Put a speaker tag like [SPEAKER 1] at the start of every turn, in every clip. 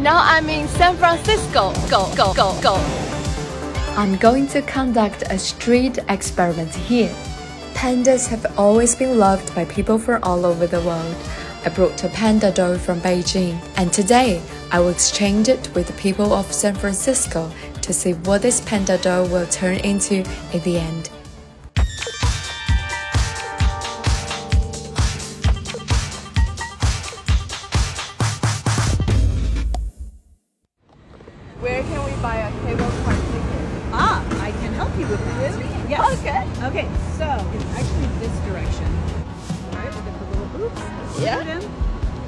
[SPEAKER 1] Now I'm in San Francisco. Go, go, go, go. I'm going to conduct a street experiment here. Pandas have always been loved by people from all over the world. I brought a panda doll from Beijing, and today I will exchange it with the people of San Francisco to see what this panda doll will turn into in the end.
[SPEAKER 2] Where can we buy a cable car ticket?
[SPEAKER 3] Ah, I can help you with that. Yes.
[SPEAKER 2] Okay.
[SPEAKER 3] Okay, so it's actually this direction. All right, we'll get the little boots. Look
[SPEAKER 2] Yeah.
[SPEAKER 3] at him.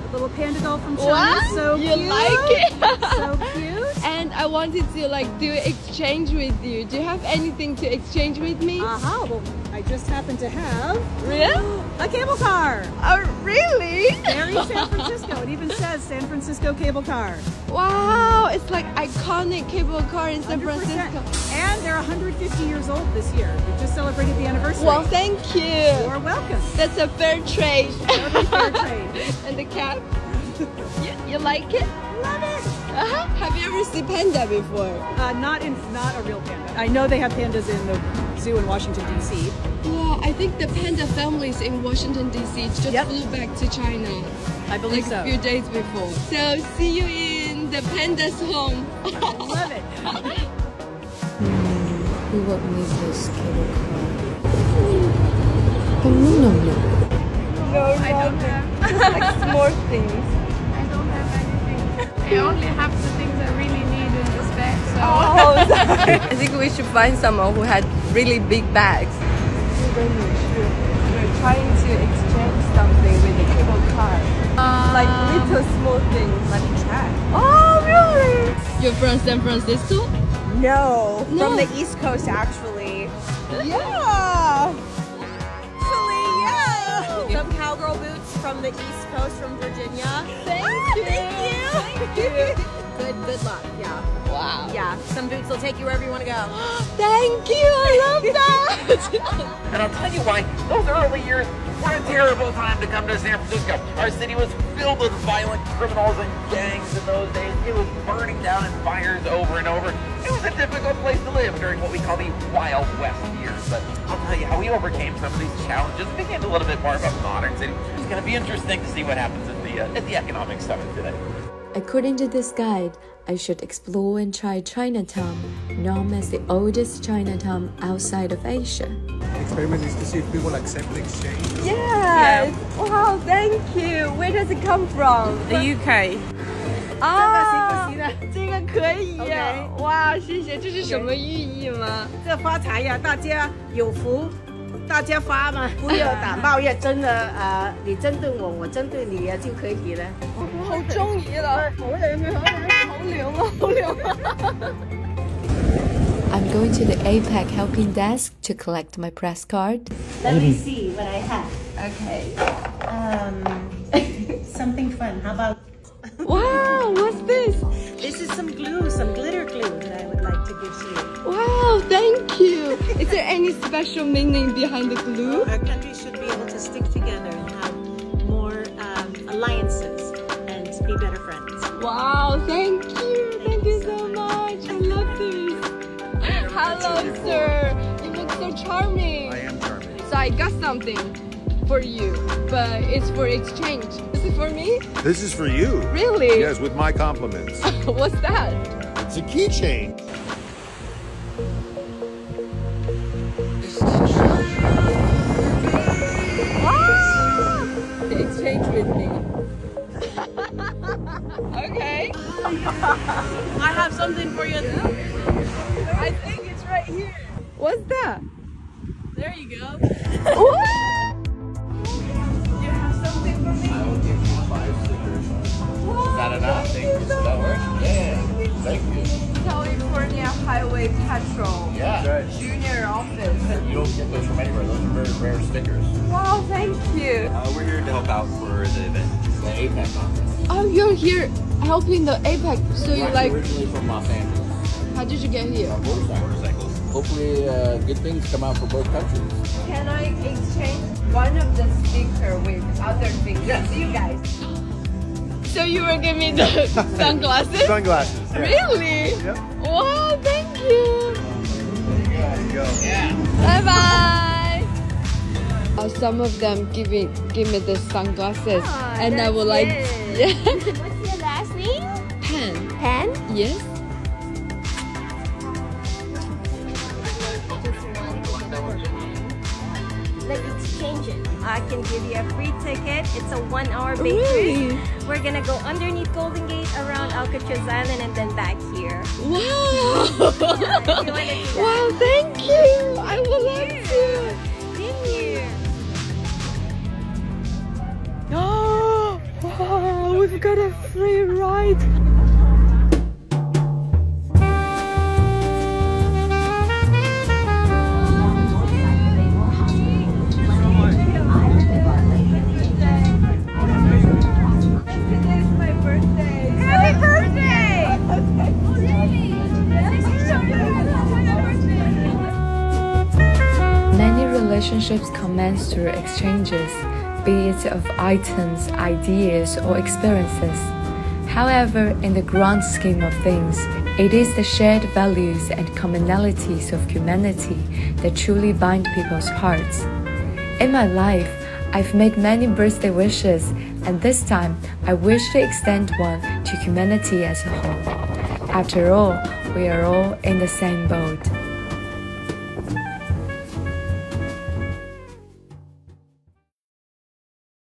[SPEAKER 3] The little panda doll from China.
[SPEAKER 2] Wow,
[SPEAKER 3] So
[SPEAKER 2] you
[SPEAKER 3] cute.
[SPEAKER 2] like it.
[SPEAKER 3] so cute.
[SPEAKER 2] And I wanted to like do exchange with you. Do you have anything to exchange with me?
[SPEAKER 3] Aha, well, I just happen to have
[SPEAKER 2] really?
[SPEAKER 3] a cable car.
[SPEAKER 2] Oh, really?
[SPEAKER 3] Very San Francisco. It even says San Francisco cable car.
[SPEAKER 2] Wow, it's like iconic cable car in San
[SPEAKER 3] 100%.
[SPEAKER 2] Francisco.
[SPEAKER 3] And they're 150 years old this year. We just celebrated the anniversary.
[SPEAKER 2] Well, thank you.
[SPEAKER 3] You're welcome.
[SPEAKER 2] That's a fair trade.
[SPEAKER 3] Totally fair trade.
[SPEAKER 2] and the cap? You, you like it?
[SPEAKER 3] Love it.
[SPEAKER 2] Uh-huh. Have you ever seen panda before?
[SPEAKER 3] Uh, not in, not a real panda. I know they have pandas in the zoo in Washington D.C.
[SPEAKER 2] Yeah, I think the panda families in Washington D.C. just
[SPEAKER 3] Yep.
[SPEAKER 2] flew back to China.
[SPEAKER 3] I believe
[SPEAKER 2] like a few
[SPEAKER 3] so.
[SPEAKER 2] days before. So see you in the panda's home.
[SPEAKER 3] Love it.
[SPEAKER 1] We won't need this cable car. Oh, no, no, no.
[SPEAKER 2] I don't have just like more things.
[SPEAKER 4] I don't have anything. I only have the things I really need in this bag. So
[SPEAKER 5] I think we should find someone who had really big bags. We're trying to exchange something with the cable car.
[SPEAKER 3] Uh,
[SPEAKER 5] like little small things. Like a track.
[SPEAKER 2] You're from San Francisco?
[SPEAKER 5] No,
[SPEAKER 2] No.
[SPEAKER 5] From the East Coast, actually. Actually, yeah. Some cowgirl boots from the East Coast, from Virginia. Thank you. Thank you. good, good luck. Yeah. Wow. Yeah. Some boots will take you wherever you want to go.
[SPEAKER 2] Thank you. I love that.
[SPEAKER 6] And I'll tell you why, those early years were a terrible time to come to San Francisco. Our city was filled with violent criminals and gangs in those days. It was burning down in fires over and over. It was a difficult place to live during what we call the Wild West years. But I'll tell you how we overcame some of these challenges and became a little bit more of a modern city. It's going to be interesting to see what happens at the, uh, at the economic summit today.
[SPEAKER 1] According to this guide, I should explore and try Chinatown, known as the oldest Chinatown outside of Asia.
[SPEAKER 7] experiment is to see if people accept the exchange.
[SPEAKER 5] Yes. Wow, thank you. Where does it come from? The UK. Ah,
[SPEAKER 2] 这个可以耶！哇，谢谢，这是什么寓意吗？
[SPEAKER 3] 这发财呀，大家有福，大家发嘛。
[SPEAKER 8] 不要打抱怨，真的啊、呃你针对我，我针对你呀、就可以了。
[SPEAKER 1] I'm going to the APEC helping desk to collect my press card.
[SPEAKER 9] Let me see what I have. Okay. Um, something fun. How about
[SPEAKER 2] Wow, what's this?
[SPEAKER 9] this? Is some glue, some glitter glue that I would like to give to you.
[SPEAKER 2] Wow, thank you. Is there any special meaning behind the glue?
[SPEAKER 9] Our countries should be able to stick together and have more um, alliances and be better friends.
[SPEAKER 2] Wow, thank you. Thank you so much. I love this. Hello, sir. You look so charming.
[SPEAKER 7] I am charming.
[SPEAKER 2] So I got something for you, but it's for exchange. Is it for me?
[SPEAKER 7] This is for you.
[SPEAKER 2] Really?
[SPEAKER 7] Yes, with my compliments.
[SPEAKER 2] What's that?
[SPEAKER 7] It's a keychain.
[SPEAKER 2] Exchange with me. okay.
[SPEAKER 3] I have something for you.
[SPEAKER 2] I think it's right here. What's that?
[SPEAKER 3] There you go.
[SPEAKER 6] Not enough. Thank you so much. Yeah. Thank you.
[SPEAKER 5] California Highway Patrol
[SPEAKER 6] Yeah.
[SPEAKER 5] Junior Office.
[SPEAKER 6] You don't get those from anywhere. Those are very rare stickers.
[SPEAKER 5] Wow, thank you.
[SPEAKER 6] Uh, we're here to help out for the event. The APEC conference.
[SPEAKER 2] Oh, you're here helping the APEC. So you
[SPEAKER 6] We're
[SPEAKER 2] like,
[SPEAKER 6] originally from Los Angeles.
[SPEAKER 2] how did you get here?
[SPEAKER 6] Motorcycles. Hopefully, uh, good things come out for both countries.
[SPEAKER 5] Can I exchange one of the sticker with other things? Yes. You guys.
[SPEAKER 2] So you will give me the sunglasses?
[SPEAKER 7] Sunglasses. Yeah.
[SPEAKER 2] Really?
[SPEAKER 7] Yep.
[SPEAKER 2] Wow, thank you.
[SPEAKER 7] There you go.
[SPEAKER 2] Bye bye. some of them give me give me the sunglasses,
[SPEAKER 5] Ah,
[SPEAKER 2] and I would like. What's your last name? Pan. Pan. Yes.
[SPEAKER 5] Let's exchange it. I can give you a free ticket. It's a one hour bakery. We're gonna go underneath Golden Gate around Alcatraz Island and then back here.
[SPEAKER 2] Wow.
[SPEAKER 5] You wanna do that?
[SPEAKER 2] wow. Thank you. I would like to.
[SPEAKER 5] Thank you.
[SPEAKER 2] Oh, wow, we've got a free ride.
[SPEAKER 5] Happy birthday!
[SPEAKER 1] Many relationships commence through exchanges, be it of items, ideas, or experiences. However, in the grand scheme of things, it is the shared values and commonalities of humanity that truly bind people's hearts. In my life, I've made many birthday wishes, and this time I wish to extend one to humanity as a whole. After all, we are all in the same boat.